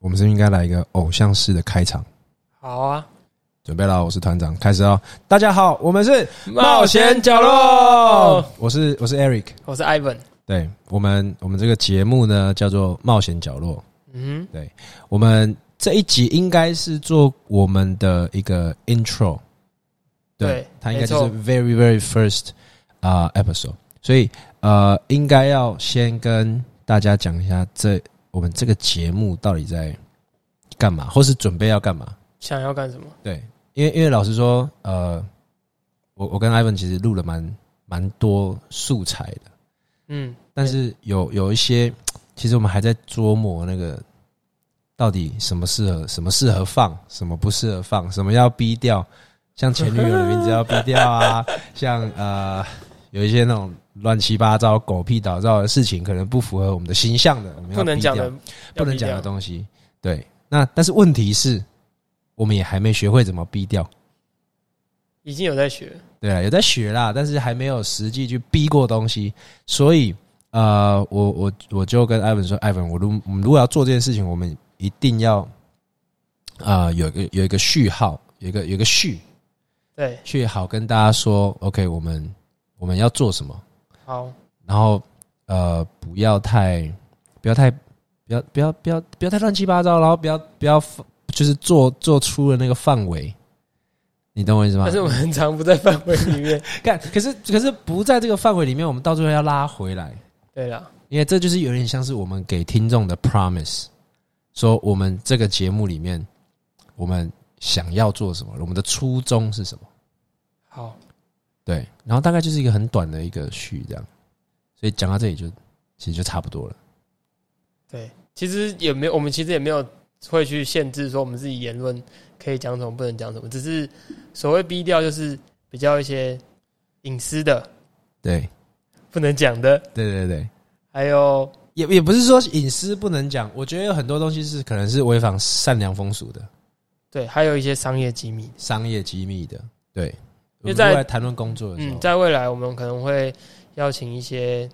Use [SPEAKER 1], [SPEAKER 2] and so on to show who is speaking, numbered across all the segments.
[SPEAKER 1] 我们是不是应该来一个偶像式的开场？
[SPEAKER 2] 好啊，
[SPEAKER 1] 准备了，我是团长，开始哦。大家好，我们是
[SPEAKER 2] 冒险角落，
[SPEAKER 1] 我是我是 Eric。
[SPEAKER 2] 我是 Ivan。
[SPEAKER 1] 对我们我们这个节目呢叫做冒险角落。
[SPEAKER 2] 嗯
[SPEAKER 1] 我们这一集应该是做我们的一个 intro，
[SPEAKER 2] 对
[SPEAKER 1] 它应该就
[SPEAKER 2] 没
[SPEAKER 1] 是 very very first 啊、episode，所以呃，应该要先跟大家讲一下这我们这个节目到底在干嘛，或是准备要干嘛。
[SPEAKER 2] 哼，想要干什么？
[SPEAKER 1] 对，因为因为老实说，呃，我我跟 Ivan 其实录了蛮蛮多素材的，
[SPEAKER 2] 嗯，
[SPEAKER 1] 但是有有一些，其实我们还在琢磨那个到底什么适合，什么适合放，什么不适合放，什么要逼掉，像前女友的名字要逼掉啊，像呃有一些那种乱七八糟、狗屁倒灶的事情，可能不符合我们的形象的，我们要
[SPEAKER 2] 不能
[SPEAKER 1] 啊逼
[SPEAKER 2] 讲
[SPEAKER 1] 掉
[SPEAKER 2] 的，
[SPEAKER 1] 不能讲
[SPEAKER 2] 要
[SPEAKER 1] 的
[SPEAKER 2] 低调
[SPEAKER 1] 东西。对，那但是问题是，我们也还没学会怎么逼掉。
[SPEAKER 2] 已经有在学。
[SPEAKER 1] 对啊，有在学啦，但是还没有实际去逼过东西，所以呃，我我我就跟艾文说，艾文，我如我们如果要做这件事情，我们一定要啊、呃有一个有一个序号，有一个有一个序
[SPEAKER 2] 对，
[SPEAKER 1] 序号跟大家说，OK，我们我们要做什么，
[SPEAKER 2] 好，
[SPEAKER 1] 然后呃，不要太不要太不要不要不要不要太乱七八糟，然后不要不要就是做做出了那个范围，你懂我意思吗？
[SPEAKER 2] 但是我很常不在范围里面。
[SPEAKER 1] 干，可是可是不在这个范围里面，我们到最后要拉回来，
[SPEAKER 2] 对了，
[SPEAKER 1] 因为这就是有点像是我们给听众的 promise，说我们这个节目里面我们想要做什么，我们的初衷是什么，
[SPEAKER 2] 好，
[SPEAKER 1] 对，然后大概就是一个很短的一个序这样，所以讲到这里就其实就差不多了，
[SPEAKER 2] 对，其实也没有，我们其实也没有会去限制说我们自己言论可以讲什么，不能讲什么，只是所谓低调，就是比较一些隐私的、
[SPEAKER 1] 对
[SPEAKER 2] 不能讲的，
[SPEAKER 1] 对对对，
[SPEAKER 2] 还有
[SPEAKER 1] 也也不是说隐私不能讲，我觉得有很多东西是可能是违反善良风俗的，
[SPEAKER 2] 对，还有一些商业机密。
[SPEAKER 1] 商业机密的，对，
[SPEAKER 2] 因
[SPEAKER 1] 我
[SPEAKER 2] 为
[SPEAKER 1] 们
[SPEAKER 2] 在
[SPEAKER 1] 在谈论工作的时候，
[SPEAKER 2] 嗯，在未来我们可能会邀请一些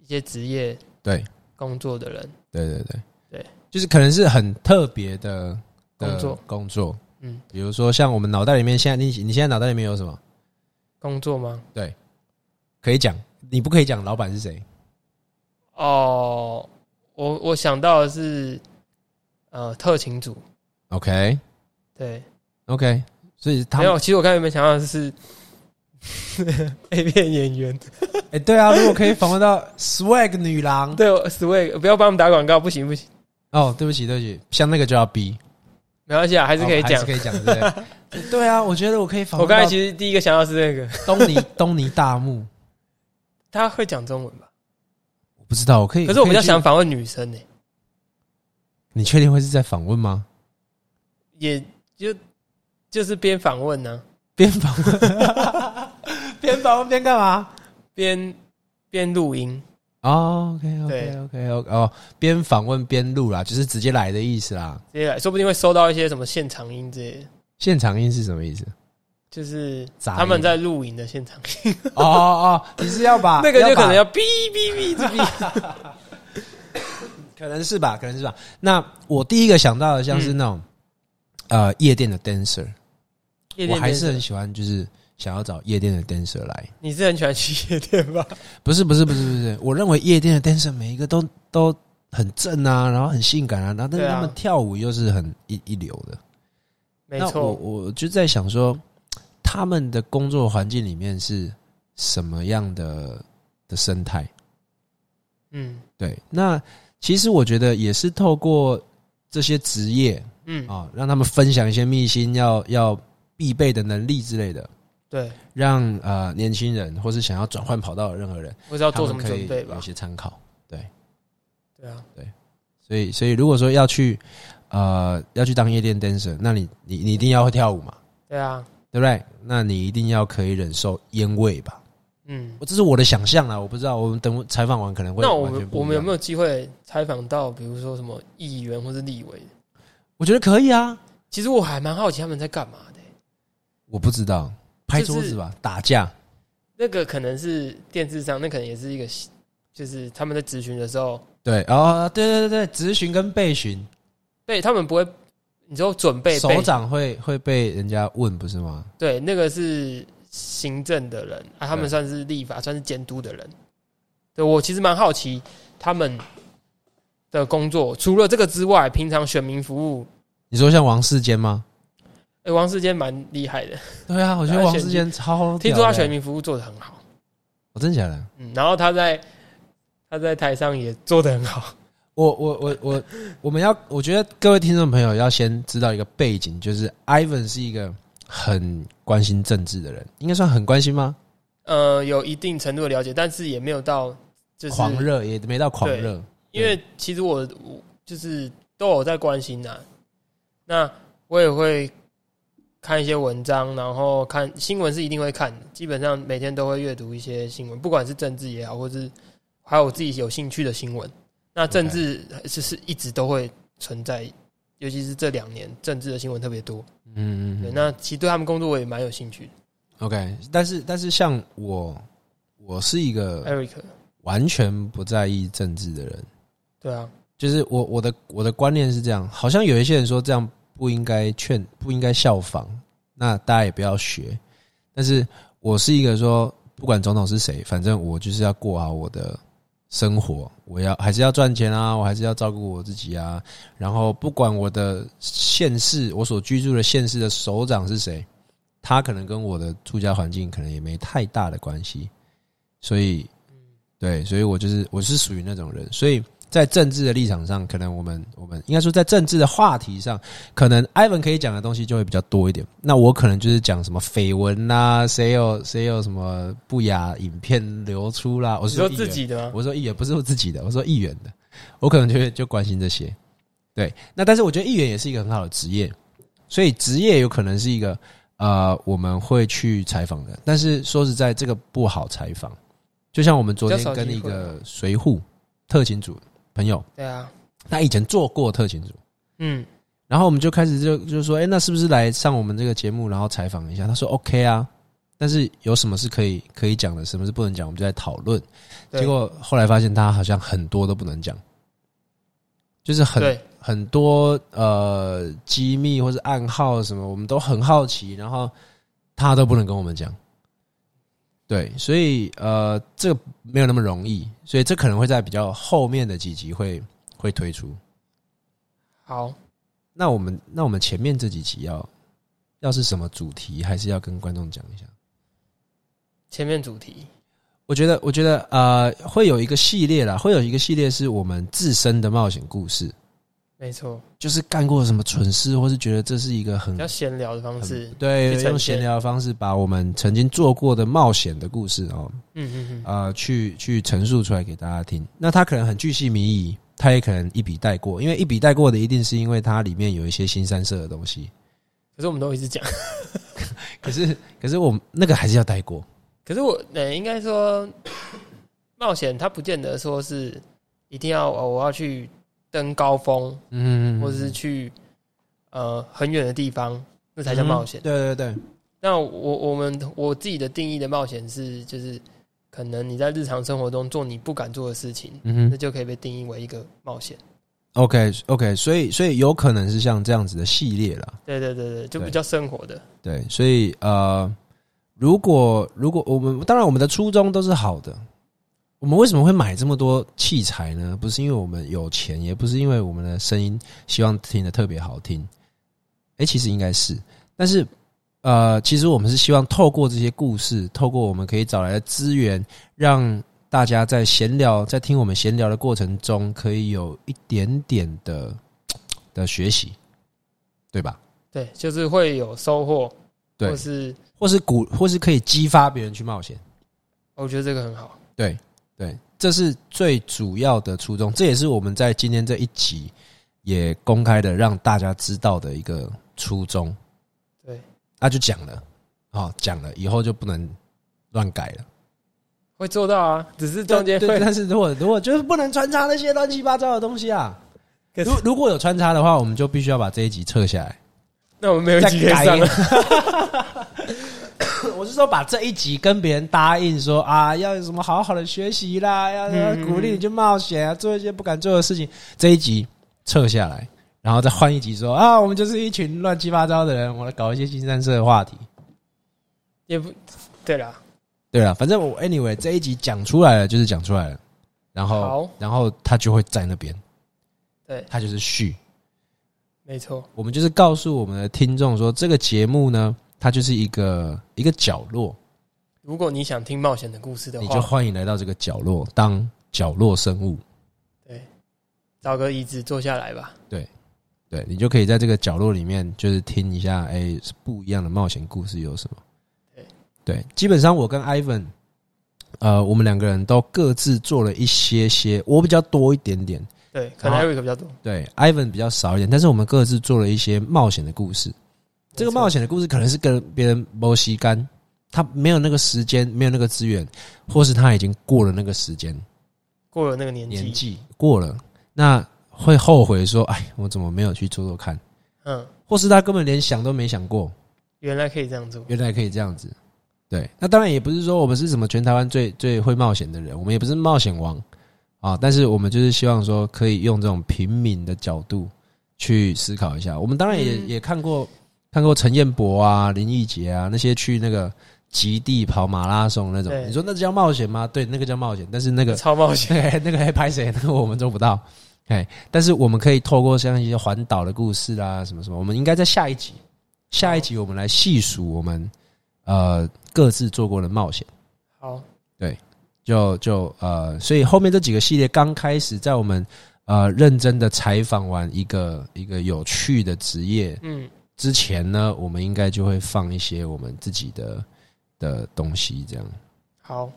[SPEAKER 2] 一些职业
[SPEAKER 1] 对。
[SPEAKER 2] 工作的人，
[SPEAKER 1] 对对对
[SPEAKER 2] 对，
[SPEAKER 1] 就是可能是很特别的的
[SPEAKER 2] 工作
[SPEAKER 1] 工作，
[SPEAKER 2] 嗯，
[SPEAKER 1] 比如说像我们脑袋里面现在你你现在脑袋里面有什么
[SPEAKER 2] 工作吗？
[SPEAKER 1] 可以讲？你不可以讲老板是谁？
[SPEAKER 2] 哦，我我想到的是，呃，特勤组，
[SPEAKER 1] OK
[SPEAKER 2] 对，
[SPEAKER 1] OK，所以他
[SPEAKER 2] 没
[SPEAKER 1] 们
[SPEAKER 2] 有，其实我刚才原本想到的是 A 片演员，
[SPEAKER 1] 哎、对啊，如果可以访问到 Swag 女郎，
[SPEAKER 2] 对，Swag，不要帮我们打广告，不行不行，
[SPEAKER 1] 哦，对不起对不起，像那个就要 B，
[SPEAKER 2] 没关系啊，还是可以
[SPEAKER 1] 哦
[SPEAKER 2] 讲
[SPEAKER 1] 还是。可以讲，对不 对？对啊，我觉得我可以访
[SPEAKER 2] 我
[SPEAKER 1] 问
[SPEAKER 2] 刚才
[SPEAKER 1] 到
[SPEAKER 2] 其实第一个想到是那个，
[SPEAKER 1] 东尼东尼大木，
[SPEAKER 2] 他会讲中文吧？
[SPEAKER 1] 我不知道，我可以，
[SPEAKER 2] 可是我比
[SPEAKER 1] 可以
[SPEAKER 2] 较
[SPEAKER 1] 去
[SPEAKER 2] 想，访问女生呢、
[SPEAKER 1] 你确定会是在访问吗？
[SPEAKER 2] 也就就是边访问啊呢、
[SPEAKER 1] 边访问 边访问边干嘛？
[SPEAKER 2] 边边录音，
[SPEAKER 1] 哦，OK
[SPEAKER 2] 对
[SPEAKER 1] OK OK OK，哦，边访问边录啦，就是直接来的意思啦。
[SPEAKER 2] 接下来说不定会收到一些什么现场音之类的，
[SPEAKER 1] 现场音是什么意思？
[SPEAKER 2] 就是
[SPEAKER 1] 杂音
[SPEAKER 2] 他们在录影的现场音，
[SPEAKER 1] 哦哦，你是要把
[SPEAKER 2] 那个就
[SPEAKER 1] 要把
[SPEAKER 2] 可能要哔哔哔哔哔，
[SPEAKER 1] 可能是吧，可能是吧。那我第一个想到的像是那
[SPEAKER 2] 嗯
[SPEAKER 1] 种、呃夜店的 dancer，
[SPEAKER 2] 夜
[SPEAKER 1] 我
[SPEAKER 2] 店
[SPEAKER 1] 还是
[SPEAKER 2] 真
[SPEAKER 1] 很
[SPEAKER 2] 的
[SPEAKER 1] 喜欢，就是想要找夜店的 dancer 来。
[SPEAKER 2] 你是很喜欢去夜店吧？
[SPEAKER 1] 不是不是不是不是，我认为夜店的 dancer 每一个都都很正啊，然后很性感啊，然后但
[SPEAKER 2] 对
[SPEAKER 1] 是
[SPEAKER 2] 啊
[SPEAKER 1] 他们跳舞又是很一一流的。
[SPEAKER 2] 没
[SPEAKER 1] 那我
[SPEAKER 2] 错，
[SPEAKER 1] 我就在想说，他们的工作环境里面是什么样的的生态？
[SPEAKER 2] 嗯
[SPEAKER 1] 对，那其实我觉得也是透过这些职业
[SPEAKER 2] 嗯，
[SPEAKER 1] 啊、让他们分享一些秘辛要要必备的能力之类的，
[SPEAKER 2] 对，
[SPEAKER 1] 让呃年轻人或是想要转换跑道的任何人，
[SPEAKER 2] 我知道
[SPEAKER 1] 他
[SPEAKER 2] 做什
[SPEAKER 1] 们
[SPEAKER 2] 么
[SPEAKER 1] 可以
[SPEAKER 2] 准备
[SPEAKER 1] 有
[SPEAKER 2] 吧
[SPEAKER 1] 一？些参考。
[SPEAKER 2] 对啊，
[SPEAKER 1] 所以，所以如果说要去呃要去当夜店 dancer，那你你你一定要会跳舞嘛，
[SPEAKER 2] 对啊，
[SPEAKER 1] 对不对？那你一定要可以忍受烟味吧？
[SPEAKER 2] 嗯。
[SPEAKER 1] 我这是我的想象啦，我不知道。我们等我采访完可能会
[SPEAKER 2] 那我
[SPEAKER 1] 完全
[SPEAKER 2] 们
[SPEAKER 1] 不一样
[SPEAKER 2] 我们有没有？机会采访到，比如说什么议员或是立委？
[SPEAKER 1] 我觉得可以啊，
[SPEAKER 2] 其实我还蛮好奇他们在干嘛的欸、
[SPEAKER 1] 我不知道，拍桌子吧，打架，
[SPEAKER 2] 那个可能是电视上，那可能也是一个，就是他们在咨询的时候
[SPEAKER 1] 啊对，哦，对对对对，咨询跟备询，
[SPEAKER 2] 被他们不会，你就准备被
[SPEAKER 1] 首长会会被人家问不是吗？
[SPEAKER 2] 对，那个是行政的人啊，他们
[SPEAKER 1] 对
[SPEAKER 2] 算是立法，算是监督的人。对我其实蛮好奇他们的工作，除了这个之外，平常选民服务，
[SPEAKER 1] 你说像王世坚吗？
[SPEAKER 2] 哎、王世坚蛮厉害的，
[SPEAKER 1] 对啊，我觉得王世坚超屌的
[SPEAKER 2] 听说他选民服务做得很好，
[SPEAKER 1] 我哦真的假的？
[SPEAKER 2] 嗯，然后他在他在台上也做得很好，
[SPEAKER 1] 我我我我，我们要我觉得各位听众朋友要先知道一个背景，就是 Ivan 是一个很关心政治的人，应该算很关心吗？
[SPEAKER 2] 呃，有一定程度的了解，但是也没有到就是
[SPEAKER 1] 狂热也没到狂热，
[SPEAKER 2] 因为其实我我就是都有在关心呐、那我也会看一些文章，然后看新闻是一定会看的，基本上每天都会阅读一些新闻，不管是政治也好，或是还有我自己有兴趣的新闻。那政治是是一直都会存在，尤其是这两年政治的新闻特别多。
[SPEAKER 1] 嗯，
[SPEAKER 2] 对，那其实对他们工作我也蛮有兴趣
[SPEAKER 1] OK，但是但是像我，我是一
[SPEAKER 2] 的。
[SPEAKER 1] 个
[SPEAKER 2] Eric，
[SPEAKER 1] 完全不在意政治的人，
[SPEAKER 2] 对啊，
[SPEAKER 1] 就是我我的我的观念是这样，好像有一些人说这样不应该劝，不应该效仿，那大家也不要学。但是我是一个说，不管总统是谁，反正我就是要过好我的生活，我要还是要赚钱啊，我还是要照顾我自己啊。然后不管我的县市，我所居住的县市的首长是谁，他可能跟我的住家环境可能也没太大的关系，所以，对，所以我就是我是属于那种人，所以在政治的立场上，可能我们我们应该说在政治的话题上，可能 Ivan 可以讲的东西就会比较多一点，那我可能就是讲什么绯闻啦，谁有谁有什么不雅影片流出啦，我
[SPEAKER 2] 你
[SPEAKER 1] 是
[SPEAKER 2] 说
[SPEAKER 1] 议
[SPEAKER 2] 自
[SPEAKER 1] 员
[SPEAKER 2] 己的吗？
[SPEAKER 1] 我说议员不是我自己的，我说议员的，我可能就会就关心这些。对，那但是我觉得议员也是一个很好的职业，所以职业有可能是一个呃我们会去采访的，但是说实在这个不好采访，就像我们昨
[SPEAKER 2] 比较
[SPEAKER 1] 天
[SPEAKER 2] 少
[SPEAKER 1] 跟
[SPEAKER 2] 机
[SPEAKER 1] 一
[SPEAKER 2] 会
[SPEAKER 1] 个随扈特勤组朋友，
[SPEAKER 2] 对啊，
[SPEAKER 1] 他以前做过特勤组。
[SPEAKER 2] 嗯，
[SPEAKER 1] 然后我们就开始就就说，哎、那是不是来上我们这个节目，然后采访一下？他说 OK 啊，但是有什么是可以可以讲的，什么是不能讲，我们就来讨论。
[SPEAKER 2] 对
[SPEAKER 1] 结果后来发现他好像很多都不能讲，就是很
[SPEAKER 2] 对，
[SPEAKER 1] 很多呃机密或是暗号什么，我们都很好奇，然后他都不能跟我们讲。对，所以呃，这个没有那么容易，所以这可能会在比较后面的几集会会推出。
[SPEAKER 2] 好，
[SPEAKER 1] 那我们那我们前面这几集要要是什么主题，还是要跟观众讲一下。
[SPEAKER 2] 前面主题，
[SPEAKER 1] 我觉得，我觉得，呃，会有一个系列啦，会有一个系列是我们自身的冒险故事，
[SPEAKER 2] 没错，
[SPEAKER 1] 就是干过什么蠢事，或是觉得这是一个很
[SPEAKER 2] 比较闲聊的方
[SPEAKER 1] 嗯很
[SPEAKER 2] 式，去
[SPEAKER 1] 对
[SPEAKER 2] 呈现
[SPEAKER 1] 用闲聊的方式，把我们曾经做过的冒险的故事哦，
[SPEAKER 2] 嗯嗯嗯，
[SPEAKER 1] 呃，去去陈述出来给大家听。那他可能很巨细靡遗，他也可能一笔带过，因为一笔带过的一定是因为它里面有一些新三色的东西。
[SPEAKER 2] 可是我们都一直讲，
[SPEAKER 1] 可是，可是我们那个还是要带过。
[SPEAKER 2] 可是我呃，应该说冒险，它不见得说是一定要哦，我要去登高峰，
[SPEAKER 1] 嗯，
[SPEAKER 2] 或者是去呃很远的地方，那才叫冒险
[SPEAKER 1] 嗯。对对对，
[SPEAKER 2] 那我我们我自己的定义的冒险是，就是可能你在日常生活中做你不敢做的事情，
[SPEAKER 1] 嗯
[SPEAKER 2] 那
[SPEAKER 1] 哼
[SPEAKER 2] 就可以被定义为一个冒险。
[SPEAKER 1] ，OK OK，所以所以有可能是像这样子的系列啦，
[SPEAKER 2] 对对对对，就比
[SPEAKER 1] 对
[SPEAKER 2] 较生活的，
[SPEAKER 1] 对，所以呃，如果如果我们当然我们的初衷都是好的，我们为什么会买这么多器材呢？不是因为我们有钱，也不是因为我们的声音希望听得特别好听，哎、其实应该是，但是呃，其实我们是希望透过这些故事，透过我们可以找来的资源，让大家在闲聊，在听我们闲聊的过程中，可以有一点点的的学习，对吧？
[SPEAKER 2] 对，就是会有收获，
[SPEAKER 1] 对
[SPEAKER 2] 或是
[SPEAKER 1] 或是鼓，或是可以激发别人去冒险。
[SPEAKER 2] 哦我觉得这个很好。
[SPEAKER 1] 对对，这是最主要的初衷，这也是我们在今天这一集也公开的让大家知道的一个初衷。
[SPEAKER 2] 对，
[SPEAKER 1] 那就讲了，哦，讲了以后就不能乱改了。
[SPEAKER 2] 会做到啊，只是中间
[SPEAKER 1] 对，
[SPEAKER 2] 会
[SPEAKER 1] 但是如果如果就是不能穿插那些乱七八糟的东西啊。
[SPEAKER 2] 可是
[SPEAKER 1] 如如果有穿插的话，我们就必须要把这一集撤下来。
[SPEAKER 2] 那我们 没有
[SPEAKER 1] 再
[SPEAKER 2] 几个上了，
[SPEAKER 1] 我是说，把这一集跟别人答应说啊，要有什么好好的学习啦，要
[SPEAKER 2] 嗯
[SPEAKER 1] 要鼓励你去冒险啊，做一些不敢做的事情，这一集撤下来，然后再换一集说啊，我们就是一群乱七八糟的人，我来搞一些新三色的话题。
[SPEAKER 2] 也不对啦，
[SPEAKER 1] 对了，反正我 anyway 这一集讲出来了就是讲出来了，然后
[SPEAKER 2] 好
[SPEAKER 1] 然后他就会在那边，
[SPEAKER 2] 对
[SPEAKER 1] 他就是续。
[SPEAKER 2] 没错，
[SPEAKER 1] 我们就是告诉我们的听众说，这个节目呢，它就是一个一个角落，
[SPEAKER 2] 如果你想听冒险的故事的
[SPEAKER 1] 你就
[SPEAKER 2] 话，
[SPEAKER 1] 欢迎来到这个角落当角落生物。
[SPEAKER 2] 对，找个椅子坐下来吧。
[SPEAKER 1] 对你就可以在这个角落里面，就是听一下，哎、是不一样的冒险故事有什么？对，基本上我跟 Ivan，呃，我们两个人都各自做了一些些，我比较多一点点，
[SPEAKER 2] 对，可能
[SPEAKER 1] 好
[SPEAKER 2] Eric 比较多。
[SPEAKER 1] 对，Ivan 比较少一点，但是我们各自做了一些冒险的故事。这个
[SPEAKER 2] 没错
[SPEAKER 1] 冒险的故事可能是跟别人摩西干，他没有那个时间，没有那个资源，或是他已经过了那个时间，
[SPEAKER 2] 过了那个年
[SPEAKER 1] 年
[SPEAKER 2] 纪，
[SPEAKER 1] 纪过了，那会后悔说，哎，我怎么没有去做做看？
[SPEAKER 2] 嗯，
[SPEAKER 1] 或是他根本连想都没想过，
[SPEAKER 2] 原来可以这样做。
[SPEAKER 1] 原来可以这样子。对，那当然也不是说我们是什么全台湾最最会冒险的人，我们也不是冒险王啊，但是我们就是希望说可以用这种平民的角度去思考一下。我们当然也、
[SPEAKER 2] 嗯
[SPEAKER 1] 也看过看过陈彦博啊、林奕杰啊那些去那个极地跑马拉松那种，
[SPEAKER 2] 对
[SPEAKER 1] 你说那叫冒险吗？对，那个叫冒险，但是那个
[SPEAKER 2] 超冒 险，
[SPEAKER 1] 那个那个黑拍谁？那个我们做不到。哎，但是我们可以透过像一些环岛的故事啊，什么什么，我们应该在下一集，下一集我们来细数我们呃各自做过的冒险。
[SPEAKER 2] 好，
[SPEAKER 1] 就就呃，所以后面这几个系列刚开始，在我们呃认真的采访完一个一个有趣的职业
[SPEAKER 2] 嗯，
[SPEAKER 1] 之前呢，我们应该就会放一些我们自己的的东西，这样。
[SPEAKER 2] 好，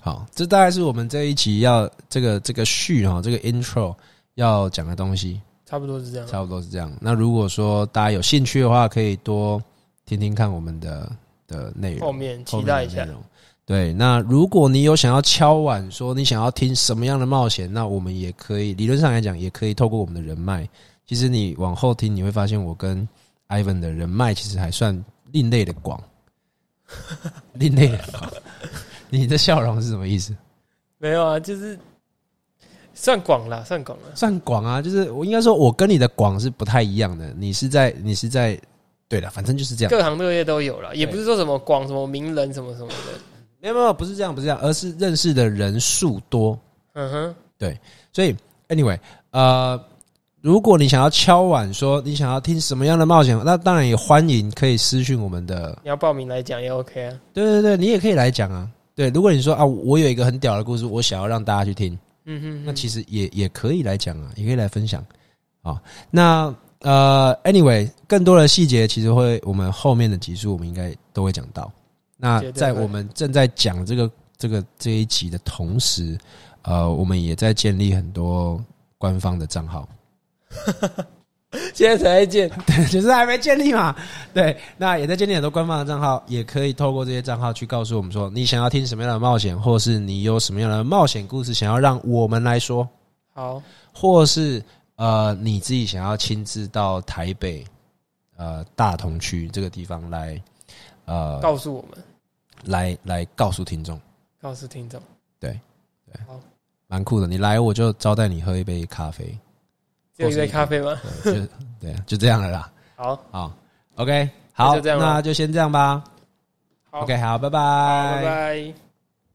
[SPEAKER 1] 好，这大概是我们这一集要这个这个序哈、这个 intro 要讲的东西，
[SPEAKER 2] 差不多是这样。
[SPEAKER 1] 差不多是这样。那如果说大家有兴趣的话，可以多听听看我们的的内容，
[SPEAKER 2] 后面
[SPEAKER 1] 后
[SPEAKER 2] 期
[SPEAKER 1] 面的
[SPEAKER 2] 待一下
[SPEAKER 1] 内，容。对，那如果你有想要敲碗说你想要听什么样的冒险，那我们也可以理论上来讲，也可以透过我们的人脉。其实你往后听，你会发现我跟 Ivan 的人脉其实还算另类的广， 另类的广。 你的笑容是什么意思？
[SPEAKER 2] 没有啊，就是算广啦，算广啦。
[SPEAKER 1] 算广啊，就是我应该说，我跟你的广是不太一样的。你是在你是在对了，反正就是这样。
[SPEAKER 2] 各行各业都有了，也不是说什么广什么名人什么什么的。
[SPEAKER 1] 没有没有，不是这样，不是这样，而是认识的人数多。
[SPEAKER 2] 嗯哼，
[SPEAKER 1] 所以 anyway，呃，如果你想要敲碗说你想要听什么样的冒险，那当然也欢迎可以私讯我们的。
[SPEAKER 2] 你要报名来讲也 OK 啊。
[SPEAKER 1] 对对对，你也可以来讲啊。对，如果你说啊，我有一个很屌的故事，我想要让大家去听，
[SPEAKER 2] 嗯哼
[SPEAKER 1] 那其实也也可以来讲啊，也可以来分享啊、那呃，anyway，更多的细节其实会我们后面的集数我们应该都会讲到。那
[SPEAKER 2] 绝对
[SPEAKER 1] 在
[SPEAKER 2] 会
[SPEAKER 1] 我们正在讲这个这个这一集的同时，呃，我们也在建立很多官方的账号，
[SPEAKER 2] 现在才见，
[SPEAKER 1] 对，就是还没建立嘛。对，那也在建立很多官方的账号，也可以透过这些账号去告诉我们说，你想要听什么样的冒险，或是你有什么样的冒险故事想要让我们来说。
[SPEAKER 2] 好，
[SPEAKER 1] 或是呃你自己想要亲自到台北呃大同区这个地方来呃
[SPEAKER 2] 告诉我们，
[SPEAKER 1] 来来告诉听众，
[SPEAKER 2] 告诉听众，
[SPEAKER 1] 蛮酷的。你来我就招待你喝一杯咖啡，
[SPEAKER 2] 只有一杯咖啡吗？
[SPEAKER 1] 对就 对啊，就这样了啦。
[SPEAKER 2] 好，
[SPEAKER 1] 好，OK，好，
[SPEAKER 2] 就这样咯
[SPEAKER 1] 那就先这样吧。
[SPEAKER 2] 好
[SPEAKER 1] OK，好，拜
[SPEAKER 2] 拜拜。